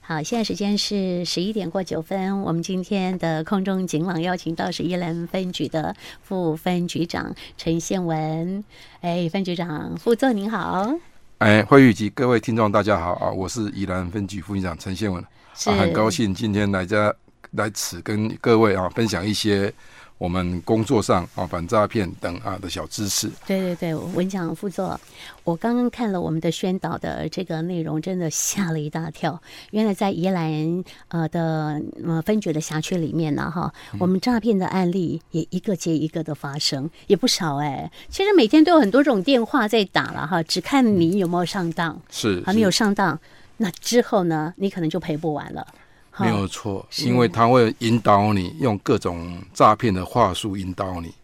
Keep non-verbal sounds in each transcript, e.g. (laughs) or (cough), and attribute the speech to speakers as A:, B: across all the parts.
A: 好，现在时间是十一点过九分。我们今天的空中警网邀请到是宜兰分局的副分局长陈宪文。哎，分局长，副座您好。
B: 哎，慧玉及各位听众，大家好啊！我是宜兰分局副局长陈宪文，
A: 是
B: 啊，很高兴今天来家来此跟各位啊分享一些我们工作上啊反诈骗等啊的小知识。
A: 对对对，文讲副座，我刚刚看了我们的宣导的这个内容，真的吓了一大跳。原来在宜兰呃的呃分局的辖区里面呢，哈，
B: 嗯
A: 我们诈骗的案例也一个接一个的发生，也不少哎、其实每天都有很多种电话在打了哈，只看你有没有上当。
B: 是，
A: 好，
B: 嗯是
A: 你有上当，那之后呢，你可能就赔不完了。哈
B: 没有错，
A: 是
B: 因为他会引导你用各种诈骗的话术引导你，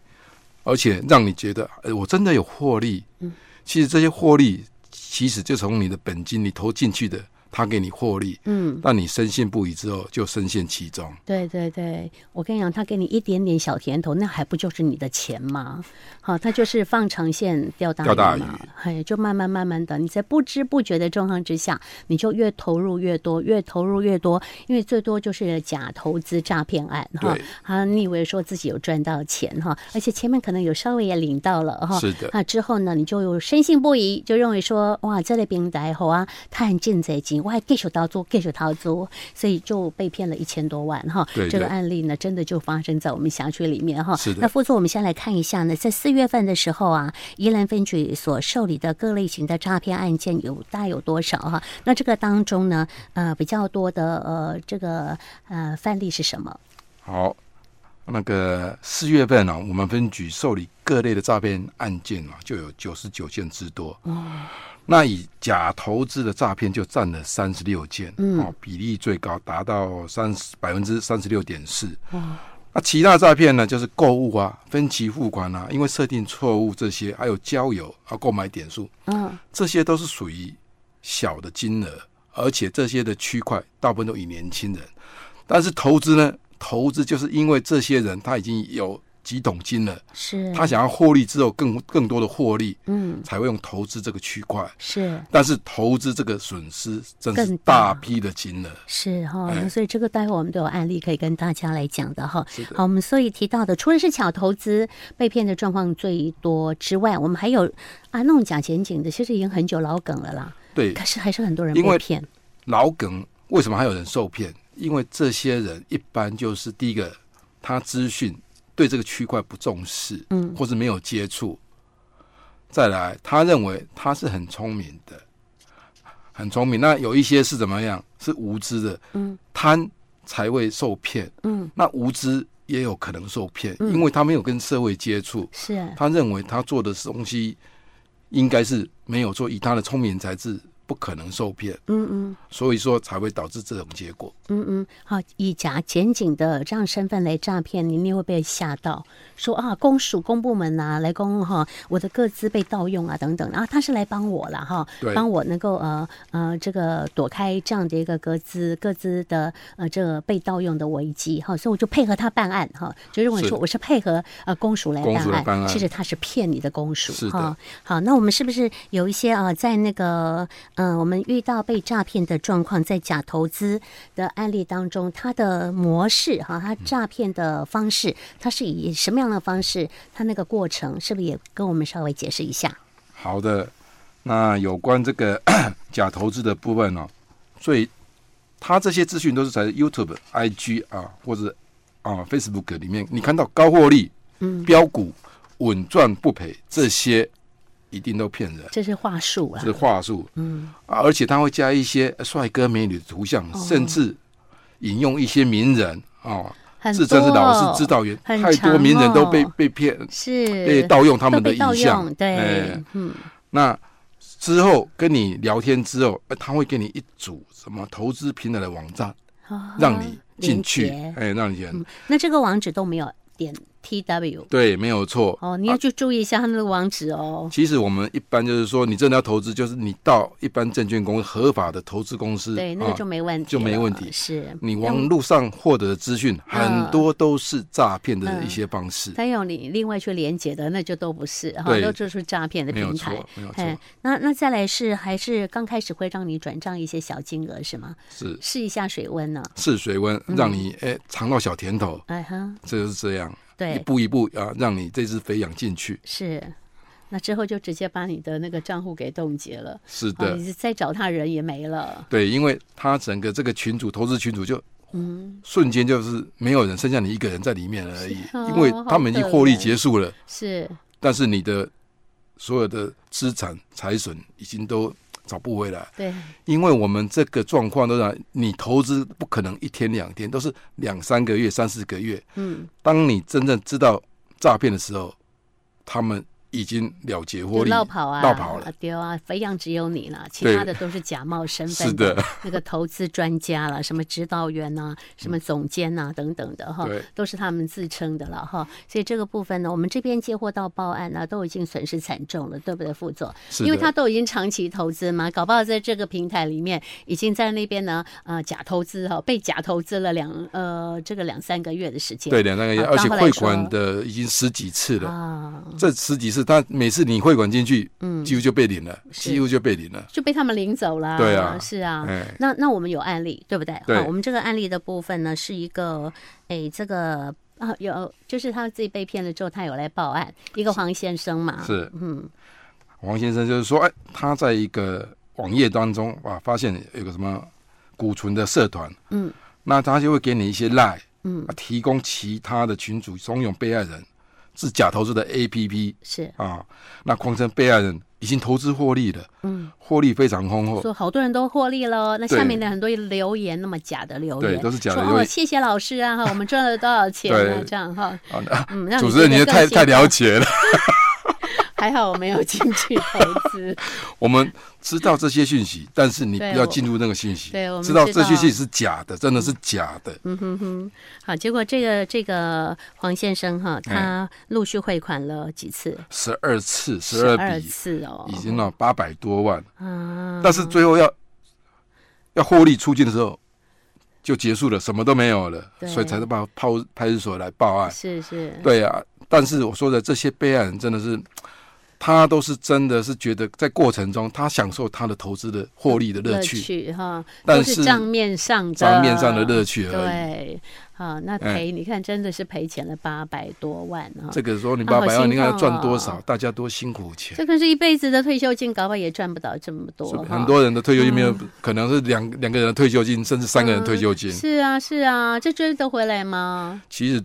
B: 而且让你觉得，哎，我真的有获利。嗯，其实这些获利其实就从你的本金你投进去的，他给你获利，
A: 嗯，
B: 但你深信不疑之后就深陷其中。
A: 对对对，我跟你讲，他给你一点点小甜头，那还不就是你的钱吗？好，他就是放长线钓大
B: 钓大
A: 嘛，哎，就慢慢慢慢的，你在不知不觉的状况之下，你就越投入越多，越投入越多，因为最多就是假投资诈骗案哈
B: 对，
A: 啊，你以为说自己有赚到钱哈，而且前面可能有稍微也领到了哈，
B: 是的，
A: 那之后呢，你就有深信不疑，就认为说，哇，这类平台好啊，探进贼金，我还继续投资，继续投资，所以就被骗了一千多万哈。
B: 对
A: 这个
B: 对
A: 案例呢，真的就发生在我们辖区里面哈。
B: 是的
A: 那副座，我们先来看一下呢，在四月份的时候啊，宜兰分局所受理的各类型的诈骗案件有大有多少哈？那这个当中呢，呃，比较多的呃，这个呃范例是什么？
B: 好，那个四月份呢、啊我们分局受理各类的诈骗案件啊，就有九十九件之多。那以假投资的诈骗就占了三十六件，嗯、哦，比例最高，达到三十百分之三十六点四。那其他诈骗呢，就是购物啊、分期付款啊，因为设定错误这些，还有交友啊、购买点数，
A: 嗯，
B: 这些都是属于小的金额，而且这些的区块大部分都以年轻人。但是投资呢，投资就是因为这些人他已经有几桶金了，
A: 是，
B: 他想要获利之后更更多的获利，
A: 嗯，
B: 才会用投资这个区块。
A: 是。
B: 但是投资这个损失真是
A: 更大
B: 批的金额，
A: 是哈、
B: 哎
A: 所以这个待会我们都有案例可以跟大家来讲的哈。
B: 是的
A: 好，我们所以提到的，除了是巧投资被骗的状况最多之外，我们还有啊那种假前景的，其实已经很久老梗了啦，
B: 对
A: 可是还是很多人
B: 因
A: 被
B: 为
A: 骗。
B: 老梗，为什么还有人受骗？因为这些人一般就是第一个，他资讯对这个区块不重视，嗯，或是没有接触。再来，他认为他是很聪明的，很聪明。那有一些是怎么样？是无知的，嗯，贪才会受骗，
A: 嗯，
B: 那无知也有可能受骗，因为他没有跟社会接触，
A: 是
B: 他认为他做的东西应该是没有错，以他的聪明才智不可能受骗。
A: 嗯嗯
B: 所以说才会导致这种结果。
A: 嗯嗯，好，以假前景的这样身份来诈骗，你一定会被吓到，说啊，公署公部门呐、来公哈，我的个资被盗用啊等等，啊，他是来帮我了哈，
B: 对
A: 帮我能够呃呃这个躲开这样的一个各自各自的呃这个被盗用的危机哈，所以我就配合他办案哈，就认为
B: 是
A: 说我是配合呃公署来办
B: 公署来
A: 案，
B: 办案
A: 其实他是骗你的公署
B: 是的
A: 哈。好，那我们是不是有一些啊、呃在那个呃我们遇到被诈骗的状况，在假投资的案例当中，它的模式哈，它诈骗的方式，它是以什么样的方式？它那个过程是不是也跟我们稍微解释一下？
B: 好的，那有关这个 (coughs) 假投资的部分哦，所以他这些资讯都是在 YouTube、IG 啊，或者啊 Facebook 里面，你看到高获利、嗯、标股、稳赚不赔这些，一定都骗人。
A: 这是话术啦
B: 这，是话术，嗯、啊，而且他会加一些帅哥美女的图像，
A: 哦
B: 甚至引用一些名人啊，
A: 很
B: 自称是
A: 多
B: 老师指导员，
A: 很
B: 太多名人都被
A: 长哦
B: 被骗，
A: 是
B: 被盗用他们的
A: 都被盗
B: 影像
A: 用，对，
B: 哎
A: 嗯，
B: 那之后跟你聊天之后，呃他会给你一组什么投资平台的网站，
A: 好
B: 让你进
A: 哦连
B: 去
A: 结，嗯
B: 哎，让你进。
A: 那这个网址都没有点 T W。
B: 对，没有错。
A: 哦，你要去注意一下他们的网址哦。
B: 其实我们一般就是说，你真的要投资，就是你到一般证券公司合法的投资公司，
A: 对，那个
B: 啊
A: 就没问题了，
B: 就没问题嗯
A: 是，
B: 你网络上获得的资讯
A: 嗯
B: 很多都是诈骗的一些方式，
A: 他要你另外去连接的，那就都不是哈，
B: 对
A: 都就是诈骗的
B: 没有
A: 平台
B: 错。，没有
A: 哎
B: 错，，
A: 那那再来是还是刚开始会让你转账一些小金额是吗？
B: 是
A: 试一下水温呢？
B: 试水温，
A: 嗯
B: 让你哎尝到小甜头，
A: 哎哈，
B: 这就是这样，一
A: 对，
B: 步一步啊，让你这只肥羊进去。
A: 是。那之后就直接把你的那个账户给冻结了，
B: 是
A: 啊，
B: 的，
A: 你再找他人也没了。
B: 对，因为他整个这个群主投资群主就。
A: 嗯
B: 瞬间就是没有人，剩下你一个人在里面而已，
A: 哦
B: 因为他们已经获利结束了，
A: 是，
B: 但是你的所有的资产财损已经都找不回来，
A: 对，
B: 因为我们这个状况都是你投资不可能一天两天，都是两三个月、三四个月。
A: 嗯，
B: 当你真正知道诈骗的时候，他们已经了结获
A: 就
B: 利，
A: 落跑啊，
B: 落跑了
A: 啊，丢啊，肥羊只有你了，其
B: 对
A: 他的都是假冒身份
B: 是的， (laughs)
A: 那个投资专家啦，什么指导员呐、什么总监呐、等等的哈
B: 嗯对，
A: 都是他们自称的了哈。所以这个部分呢，我们这边接获到报案呢、啊都已经损失惨重了，对不对，副总？
B: 是
A: 因为
B: 的
A: 他都已经长期投资嘛，搞不好在这个平台里面已经在那边呢，呃，假投资哈、被假投资了两呃这个两三个月的时间。
B: 对两三个月，
A: 啊
B: 而且
A: 刚后来
B: 汇
A: 说
B: 款的已经十几次了。
A: 啊，
B: 这十几次，他每次你汇款进去，
A: 嗯
B: 几乎就被领了，
A: 是
B: 几乎就被领了。
A: 就被他们领走了。
B: 对啊
A: 是啊，
B: 哎，
A: 那那我们有案例，对不对？
B: 对
A: 好我们这个案例的部分呢，是一个，诶，这个啊，有就是他自己被骗了之后，他有来报案，一个黄先生嘛，
B: 是
A: 嗯，
B: 王先生就是说，哎，他在一个网页当中哇，发现有个什么股存的社团，
A: 嗯，
B: 那他就会给你一些 lie，
A: 嗯，
B: 提供其他的群主怂恿被害人是假投资的 APP
A: 是，
B: 啊，那谎称被害人已经投资获利了，
A: 嗯，
B: 获利非常丰厚，
A: 说好多人都获利了，那
B: 对
A: 下面的很多留言那么假的留言，
B: 对都是假的
A: 说
B: 留言
A: 哦，谢谢老师啊，哈，我们赚了多少钱啊，
B: 对
A: 这样哈，
B: 啊那
A: 嗯，让
B: 主持人
A: 觉得
B: 你也
A: 更
B: 太
A: 兴
B: 太了
A: 奋，
B: 解了， (laughs)
A: 还好我没有进去投资，
B: 我们知道这些
A: (laughs)
B: 讯息，但是你不
A: 对
B: 要
A: 我
B: 进入那个讯息，
A: 对我们
B: 知道
A: 知
B: 这些
A: 道
B: 讯息是假的，真的是假的，
A: 嗯哼哼，好，结果这个这个黄先生哈，
B: 哎
A: 他陆续汇款了几次？
B: 十二次十二
A: 12
B: 笔
A: 次哦，
B: 已经到八百多万，
A: 啊，
B: 但是最后要要获利出尽的时候就结束了，什么都没有了，
A: 对
B: 所以才是报派派出所来报案。
A: 是是，
B: 对啊，但是我说的这些被害人真的是，他都是真的是觉得在过程中他享受他的投资的获利的乐趣，
A: 哈，
B: 但
A: 都是
B: 是
A: 账面上的
B: 账面上的乐趣而已。
A: 对，啊，那
B: 哎
A: 赔、你看真的是赔钱了八百多万啊。
B: 这个时候你
A: 啊
B: 八百
A: 好心
B: 万，你看
A: 痛
B: 要赚多
A: 哦
B: 少？大家多辛苦钱，
A: 这个是一辈子的退休金，搞不好也赚不到这么多
B: 是
A: 哈。
B: 很多人的退休金没有，
A: 嗯
B: 可能是两两个人的退休金，甚至三个人的退休金。
A: 是啊是啊，这追得回来吗？
B: 其实，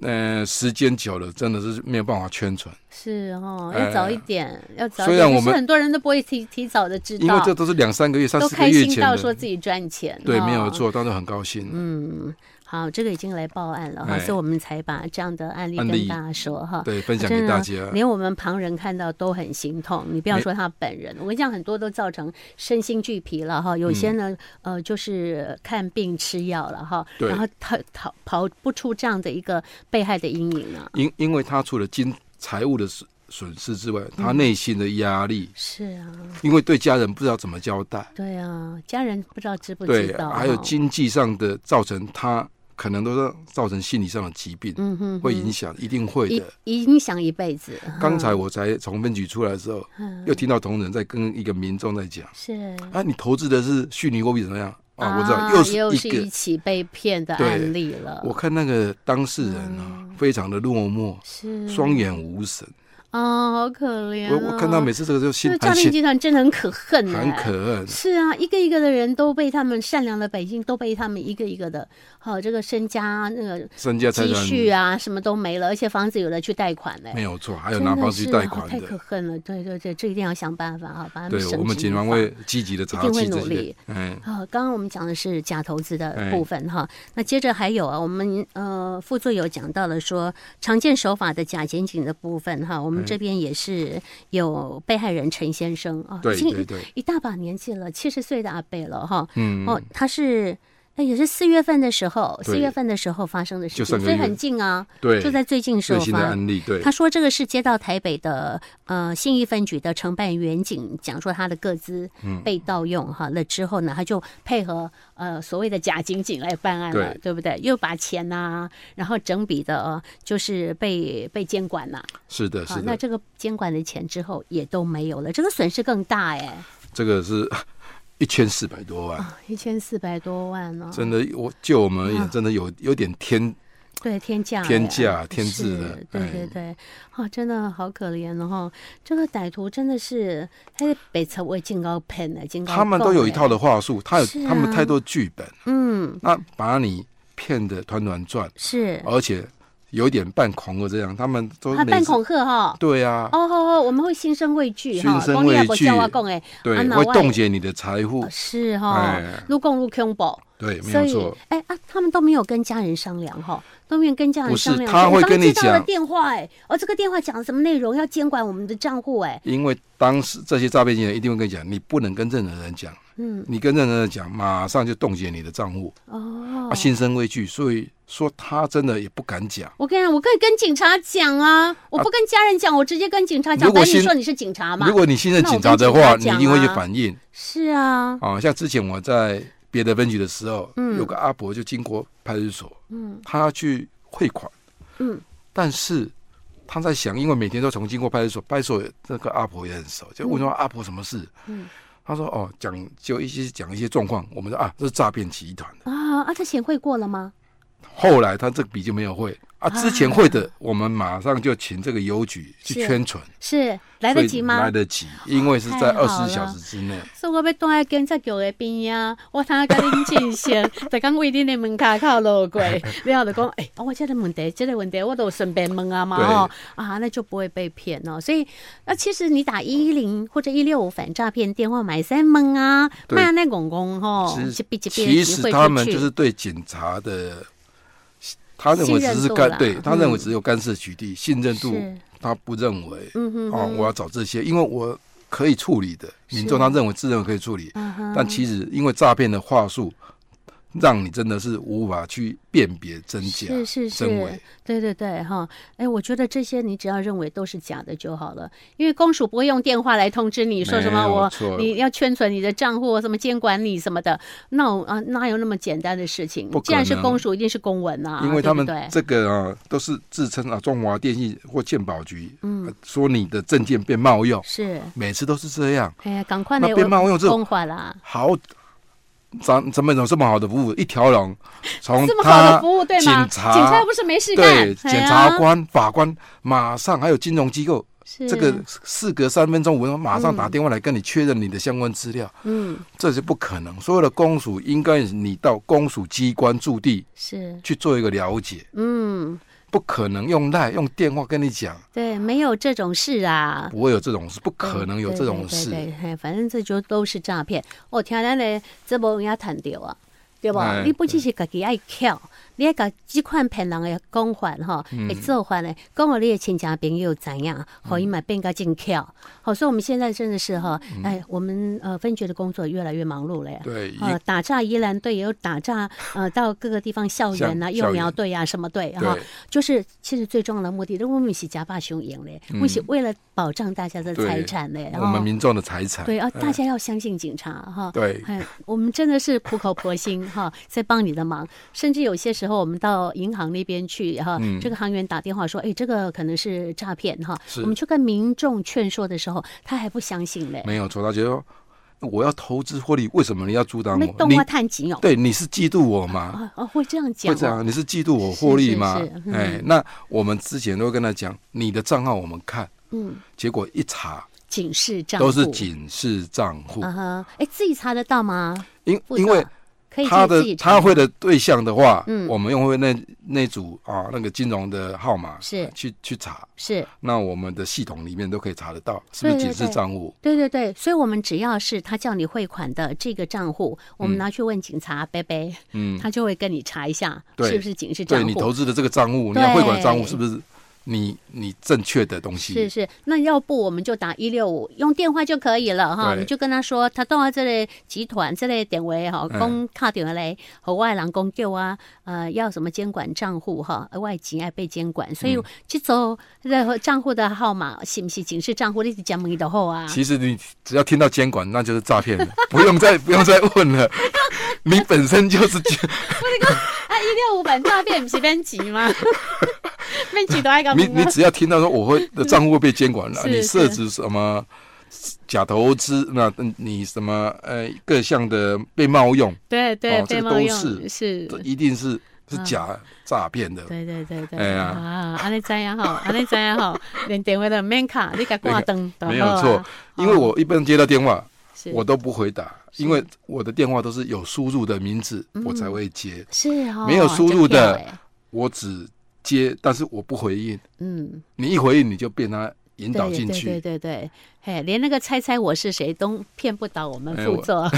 B: 呃，时间久了真的是没有办法圈存，
A: 是哦，
B: 哎
A: 要早一点，要早一
B: 虽
A: 点。
B: 然
A: 可
B: 我
A: 是
B: 们
A: 很多人都不会提提早的知
B: 因为
A: 道
B: 这，都是两三个月、三
A: 都
B: 四个
A: 开
B: 月
A: 心
B: 前
A: 到说
B: 的，
A: 自己赚钱。
B: 对，
A: 哈
B: 没有。做，但是很高兴。
A: 嗯，好，这个已经来报案了哈，
B: 哎
A: 所以我们才把这样的案例
B: 案
A: 跟
B: 例
A: 大家说哈。
B: 对，分享
A: 真
B: 给
A: 的
B: 大家。
A: 连我们旁人看到都很心痛。你不要
B: 没
A: 说他本人，我跟你讲，很多都造成身心俱疲了哈。有
B: 嗯
A: 些呢，呃，就是看病吃药了哈，
B: 对
A: 然后逃逃跑不出这样的一个被害的阴影啊。
B: 因因为他除了经财务的损损失之外，他
A: 嗯
B: 内心的压力，
A: 是啊，
B: 因为对家人不知道怎么交代，
A: 对啊，家人不知道知不知
B: 对，
A: 道，哦
B: 还有
A: 哈
B: 经济上的造成他可能都是造成心理上的疾病，
A: 嗯哼
B: 会
A: 哼
B: 影响，一定会
A: 影
B: 的。
A: 影响一辈子。
B: 刚
A: 哈
B: 才我才从分局出来的时候，
A: 嗯
B: 又听到同仁在跟一个民众在讲。
A: 是。
B: 啊，你投资的是虚拟货币怎么样？啊，我知道，又
A: 又
B: 是
A: 是
B: 一个。
A: 一起被骗的
B: 对
A: 案例了。
B: 我看那个当事人
A: 嗯
B: 啊，非常的落寞，
A: 是
B: 双眼无神。
A: 啊，好可怜、
B: 我
A: 哦。
B: 我看到每次这个就心
A: 这个诈
B: 寒
A: 骗
B: 心
A: 集团真的很可恨、欸，
B: 很可恨。
A: 是啊，一个一个的人都被他们善良的百姓都被他们一个一个的，好、这个身家那个
B: 身家财
A: 积
B: 产
A: 蓄啊，什么都没了，而且房子有的去贷款嘞、
B: 没有错，还有
A: 真
B: 拿
A: 的
B: 房
A: 是
B: 子去贷
A: 哦
B: 款
A: 太可
B: 的。
A: 恨了，对对对，这一定要想办法哈，把他们
B: 对，
A: 绳
B: 我们
A: 之
B: 警
A: 以
B: 方
A: 法
B: 会积极的查
A: 啊一定会
B: 清这
A: 努
B: 些
A: 力。
B: 嗯，
A: 啊、刚刚我们讲的是假投资的
B: 哎
A: 部分哈，那接着还有啊，我们呃副作有讲到了说常见手法的假检警的部分哈，我们
B: 哎
A: 这边也是有被害人陈先生啊，
B: 对
A: 已经
B: 对对，
A: 一大把年纪了，七十岁的阿贝了哈，
B: 嗯，
A: 哦，他是哎，也是四月份的时候，
B: 对
A: 四月份的时候发生的事
B: 就
A: 情，
B: 上个
A: 所以
B: 月
A: 很近啊，
B: 对，
A: 就在最近的时
B: 最
A: 候
B: 新的
A: 发。
B: 案例，对
A: 他，说这个是接到台北的呃信义分局的承办员警讲说他的个资
B: 嗯
A: 被盗用哈，那之后呢，他就配合呃所谓的假警警来办案了，
B: 对
A: 对不对？又把钱呐、然后整笔的呃就是被被监管呐、
B: 是的，
A: 好，
B: 是
A: 那
B: 的，
A: 这个监管的钱之后也都没有了，这个损失更大哎、
B: 这个是一千四百多万，
A: 啊一千四百多万呢、
B: 真的，我就我们
A: 啊
B: 也真的有有点天
A: 对天价哎，
B: 天价
A: (laughs)
B: 天制
A: 是
B: 的
A: 对
B: 哎
A: 对对，啊，真的好可怜哦！哈这个歹徒真的是，他是北侧为警告喷的，警告
B: 他们都有一套
A: 的，
B: 的话术，他有、
A: 是啊
B: 他们太多剧本，
A: 嗯，
B: 那把你骗得团团转，
A: 是
B: 而且有点半恐吓这样，他们哦都
A: 他
B: 每
A: 扮
B: 次
A: 恐吓哈。
B: 对啊，
A: 啊哦吼吼，我们会心生畏惧哈，
B: 心生
A: 讲你也
B: 畏
A: 不
B: 惧
A: 叫我讲诶，啊
B: 对，
A: 那
B: 会
A: 我也
B: 冻结你的财富，
A: 是哈
B: 哎，
A: 如共如恐怖，
B: 对，没
A: 所
B: 有
A: 以
B: 错，
A: 哎啊，他们都没有跟家人商量哈，都没有跟家人
B: 不是
A: 商量。
B: 他
A: 说我
B: 会
A: 刚
B: 跟你
A: 接到了
B: 讲
A: 电话哎，哦，这个电话讲什么内容？要监管我们的账户哎，
B: 因为当时这些诈骗集团一定会跟你讲，你不能跟任何人讲，
A: 嗯，
B: 你跟任何人讲，马上就冻结你的账户，
A: 哦
B: 啊，，心生畏惧，所以说他真的也不敢讲。
A: 我跟你讲，我可以跟警察讲啊，我不跟家人讲，我直接跟警察讲。
B: 如果
A: 反正你
B: 信
A: 说你是警察嘛
B: 如，果你信任
A: 那我
B: 警
A: 跟
B: 察的
A: 警察
B: 话，你
A: 讲
B: 一定会去
A: 啊
B: 反映。
A: 是
B: (laughs)
A: 啊，
B: 啊，像之前我在别的分局的时候，
A: 嗯
B: 有个阿伯就经过派出所，嗯，他要去汇款，
A: 嗯，
B: 但是他在想，因为每天都从经过派出所，派出所这个阿婆也很熟，就问说阿婆什么事，
A: 嗯，
B: 他说哦，讲就一些讲一些状况，我们说啊，这是诈骗集团的。
A: 啊啊，他显会过了吗？
B: 后来他这笔就没有汇啊，之前汇的，我们马上就请这个邮局去
A: 是
B: 圈存，
A: 是来
B: 所
A: 得
B: 以
A: 及吗哦
B: 来？得及，因为是
A: 太
B: 在
A: 好
B: 二十四小
A: 了
B: 时之内。
A: 所以我要住在警察局的边啊，我通甲恁进
B: (laughs)
A: 行，就讲为恁的门卡口路过，然后就讲，哎、啊我这个问题，这个问题，我都顺便问啊嘛，
B: 对
A: 吼，啊，那就不会被骗哦。所以，那、其实你打一一零或者一六五反诈骗电话买三问啊，
B: 对
A: 卖那公公吼，哦一笔一笔
B: 其
A: 地
B: 实
A: 汇
B: 他
A: 出
B: 们
A: 去
B: 就是对警察的，他认为
A: 信任
B: 只是
A: 度啦
B: 干，对他认为
A: 嗯
B: 只有干涉取缔，信任度
A: 是
B: 他不认为
A: 嗯哼
B: 啊，
A: 哼，
B: 我要找这些，因为我可以处理的民众，他认为自认为可以处理，
A: 嗯哼
B: 但其实因为诈骗的话术，让你真的是无法去辨别真假
A: 是是
B: 啊真伪
A: 是。，对对对哈，哎，我觉得这些你只要认为都是假的就好了，因为公署不会用电话来通知你说什么
B: 没有
A: 我
B: 错
A: 你要圈存你的账户，什么监管你什么的，那我啊哪有那么简单的事情
B: 不？可
A: 既然是
B: 能
A: 公署，一定是公文啊，
B: 因为他们
A: 对不对
B: 这个啊，都是自称啊，中华电信或鉴宝局，嗯，说你的证件被冒用，
A: 是
B: 每次都是这样。
A: 哎呀，赶快
B: 那
A: 来
B: 被冒用这种
A: 公法啦，
B: 好，咱咱们有这么好的服务，一条
A: (laughs)
B: 龙，从
A: 这么好的
B: 他
A: 服务对吗？
B: 警察
A: 警察又不是没事干
B: 对，
A: 哎
B: 检
A: 呀嗯
B: 察官、法官，马上还有金融机构，
A: 是
B: 这个事隔三分钟、五分钟，马上打电话来跟你确认你的相关资料，
A: 嗯
B: 这是不可能。所有的公署应该你到公署机关驻地
A: 是
B: 去做一个了解，
A: 嗯
B: 不可能用赖用电话跟你讲，
A: 对，没有这种事啊，
B: 不会有这种事，不
A: 对
B: 可能
A: 嗯
B: 有
A: 对
B: 这
A: 对
B: 种
A: 对
B: 事。
A: 对嘿反正这就都是诈骗。我听咱的这无人家谈到啊，对不？
B: 哎
A: 你不只是家己爱巧，你爱甲这款骗人的讲法吼，
B: 嗯
A: 的做法呢，讲互你的亲戚朋友知影，互伊嘛变个真巧。好，所以我们现在真的是哈，哎，我们呃分局的工作越来越忙碌了呀。
B: 嗯对，一
A: 呃，打炸宜兰队也有打炸，呃，到各个地方校园啊、
B: 像
A: 幼
B: 校
A: 苗
B: 园
A: 队啊什么队哈
B: 对，
A: 就是其实最重要的目的，我们是假霸雄赢嘞，我们是为了保障大家的财产嘞，然
B: 嗯我们
A: 后
B: 民众的财产，
A: 对啊，大家要相信警察哈。
B: 对
A: 哎，我们真的是苦口婆心哈，在帮你的忙。甚至有些时候，我们到银行那边去哈，
B: 嗯
A: 这个行员打电话说：“哎，这个可能是诈骗哈。”
B: 是
A: 我们去跟民众劝说的时候，他还不相信嘞，
B: 没有错。他觉得说我要投资获利，为什么你要阻挡
A: 那
B: 我？
A: 动
B: 你
A: 画探急哦。
B: 对，你是嫉妒我吗？
A: 啊哦，会这样讲
B: 会这
A: 哦，
B: 样，你是嫉妒我获利吗
A: 是是嗯是？
B: 哎，那我们之前都会跟他讲，你的账号我们看，
A: 嗯，
B: 结果一查
A: 警示账
B: 都是
A: 户
B: 警示账户
A: 啊，哈，哎，自己查得到吗？
B: 因
A: 不知
B: 因
A: 道
B: 为
A: 可以自己
B: 他
A: 自己
B: 的
A: 查
B: 他会的对象的话
A: 嗯，
B: 我们用会那那组啊那个金融的号码
A: 是
B: 去去查，
A: 是，
B: 那我们的系统里面都可以查得到是不是
A: 对对
B: 警示
A: 对
B: 账户？
A: 对对对，所以我们只要是他叫你汇款的这个账户，我们拿去问警察贝贝，
B: 嗯，
A: 他就会跟你查一下
B: 对
A: 是不是警示账
B: 对
A: 户。
B: 你投资的这个账户，你要汇款的账户
A: 对
B: 是不是你你正确的东西。
A: 是是，那要不我们就打一六五，用电话就可以了哈。
B: 对
A: 你就跟他说，他到啊这类集团这类点位哈，
B: 嗯
A: 公卡点来和外人公救啊，呃，要什么监管账户哈，啊外籍爱被监管，所
B: 嗯
A: 以去走那个账户的号码是不是警示账户？你直讲门的后啊，
B: 其实你只要听到监管，那就是诈骗了，不用再不用再问了， (laughs) 你本身就
A: (laughs)
B: 是监
A: 啊一六五版诈骗不是编辑
B: (laughs)
A: 吗？编辑都爱搞
B: 你你只要听到说我会的账户会被监管了，
A: 是
B: 你设置什么假投资，那嗯你什么呃各项的被冒用，
A: 对对
B: 哦这
A: 被
B: 个
A: 冒
B: 都
A: 用
B: 是
A: 是嗯
B: 这一定是是假诈骗的。
A: 对对对对，
B: 哎呀
A: 啊，安尼知影吼，安尼知影吼，连电话都免卡，你给挂灯，
B: 没有错，因为
A: 哦
B: 我一般接到电话，
A: 啊是
B: 我都不回答，因为我的电话都是有输入的名字，
A: 嗯
B: 我才会接，
A: 是哦，
B: 没有输入的
A: 这跳欸
B: 我只接，但是我不回应。
A: 嗯，
B: 你一回应，你就被他引导
A: 对
B: 进
A: 对对
B: 去。
A: 对对，嘿，连那个猜猜我是谁都骗不倒我们
B: 哎
A: 副
B: 我
A: 座，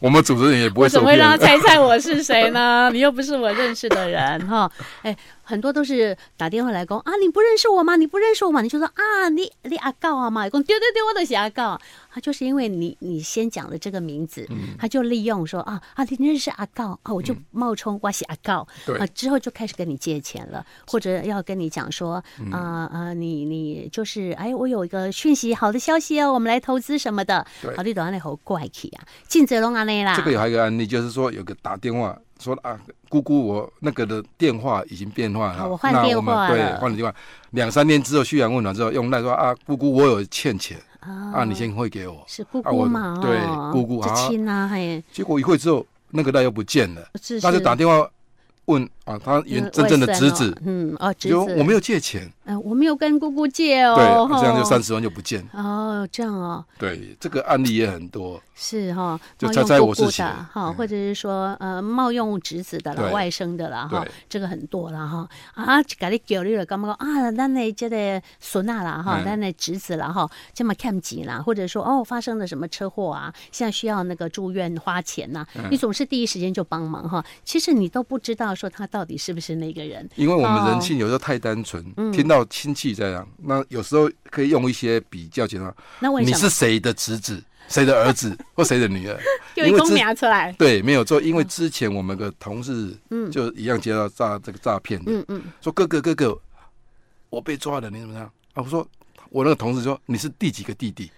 B: 我们主持人也
A: (laughs)
B: 不
A: 我
B: 会
A: 怎
B: 受
A: 么会
B: 骗
A: 让他
B: 的。
A: 猜猜我是谁呢？ (laughs) 你又不是我认识的人哈，哎，很多都是打电话来讲啊，你不认识我吗？你不认识我吗？你就说啊，你你阿告啊嘛，讲对对对，我都是阿告，啊他就是因为你你先讲了这个名字，
B: 嗯
A: 他就利用说啊啊，你认识阿告啊，我就冒充我是阿告，
B: 对
A: 啊，之后就开始跟你借钱了，或者要跟你讲说
B: 嗯
A: 啊啊、呃你你就是哎，我有一个讯息，好的消息哦，我们来投资什么的，
B: 对
A: 好，你都安尼好怪气啊，尽责拢安尼啦，
B: 这个有还有一个案例，就是说有个打电话说啊，姑姑，我那个的电话已经变换
A: 啊
B: 了，
A: 我换
B: 那
A: 电
B: 们
A: 话
B: 对
A: 了，
B: 换了电话。两三年之后嘘寒问暖之后，用赖说啊，姑姑，我有欠钱啊，你先汇给我。
A: 是姑
B: 啊
A: 姑
B: 我
A: 嘛，
B: 对
A: 哦
B: 姑姑
A: 这
B: 啊
A: 亲啊，嘿，
B: 结果一汇之后，那个赖又不见了，
A: 是
B: 那就是打电话问啊，他原
A: 嗯
B: 真正的
A: 外甥
B: 侄
A: 哦
B: 子，
A: 嗯，哦，侄子，
B: 就我没有借钱，
A: 哎，我没有跟姑姑借哦，
B: 对，这样就
A: 吼
B: 三十万就不见了。
A: 哦，这样哦，
B: 对，这个案例也很多。
A: 是哈、
B: 就
A: 冒
B: 猜
A: 用
B: 猜
A: 姑
B: 我
A: 姑
B: 是
A: 的
B: 谁
A: 哈，或者是说呃冒用侄子的啦、
B: 对
A: 外甥的啦哈
B: 对，
A: 这个很多啦哈啊，咖喱叫你了，感觉讲啊，咱的这个孙啊啦哈，
B: 嗯
A: 咱的侄子啦哈，这么看急啦，或者说哦发生了什么车祸啊，现在需要那个住院花钱呐、
B: 嗯
A: 你总是第一时间就帮忙哈，其实你都不知道说他到底是不是那个人，
B: 因为我们
A: 哦嗯
B: 人性有时候太单纯，听到亲戚这样，那有时候可以用一些比较简单，
A: 那为
B: 你
A: 什么
B: 是谁的侄子、谁的儿子 (laughs) 或谁的
A: (laughs)
B: 女儿？
A: 又一嗯
B: 因为
A: 公
B: 之
A: 拿出来？
B: 对，没有错，因为之前我们的同事就一样接到诈这个诈骗的，
A: 嗯嗯，
B: 说哥哥哥哥，我被抓了，你怎么样？啊，我说我那个同事说你是第几个弟弟？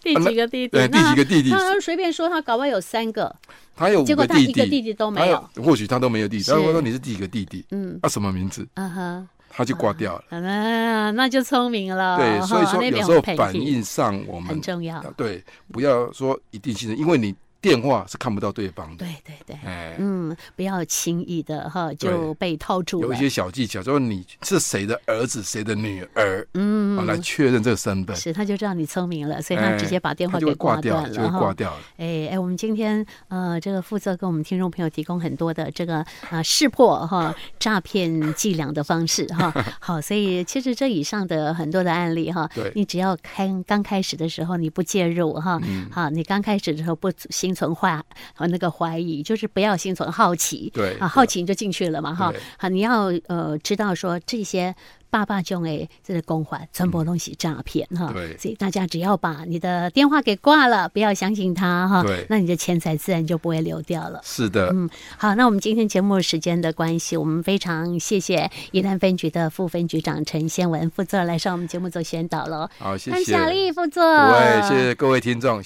A: 第几个弟弟？
B: 对，第几个弟弟？
A: 他随便说，他搞不好有三个，
B: 他有五
A: 结果
B: 个
A: 他
B: 弟
A: 一个弟
B: 弟，
A: 弟都
B: 他
A: 没有
B: 有。或许他都没有弟弟，
A: 是
B: 他说你是第几个弟弟？
A: 嗯
B: 啊，什么名字？
A: 嗯哼，
B: 他就挂掉了。
A: 啊，那就聪明了。
B: 对，
A: 啊哈
B: 所以
A: 那
B: 说
A: 边
B: 有时候
A: 很
B: 反
A: picky，
B: 应上我们
A: 很重要。
B: 啊对，不要说一定信任，因为你电话是看不到对方的。
A: 对对对，
B: 哎，
A: 嗯，不要轻易的哈就被套住
B: 有
A: 了
B: 一。些小技巧，就是你是谁的儿子、谁的女儿，嗯，来确认这个身份，
A: 是，他就知道你聪明了，所以他直接把电话
B: 哎他就
A: 给
B: 会挂
A: 断
B: 掉，就
A: 了
B: 会挂
A: 哈。
B: 掉了。
A: 哎哎，我们今天呃，这个负责给我们听众朋友提供很多的这个啊识破哈诈骗伎俩的方式哈。
B: (laughs)
A: 好，所以其实这以上的很多的案例哈
B: 对，
A: 你只要开刚开始的时候你不介入哈，
B: 嗯
A: 好，你刚开始的时候不心存怀和那个怀疑，就是不要心存好奇，
B: 对
A: 啊，好奇你就进去了嘛哈
B: 对。
A: 好，你要呃知道说这些爸爸用诶，这个公款全部东西诈骗哈。
B: 对
A: 所以大家只要把你的电话给挂了，不要相信他哈。
B: 对
A: 那你的钱财自然就不会流掉了。
B: 是的，
A: 嗯好，那我们今天节目时间的关系，我们非常谢谢宜兰分局的副分局长陈先文副座来上我们节目做宣导喽。
B: 好，谢
A: 感
B: 谢
A: 谢，小丽副座，
B: 对，谢谢各位听众。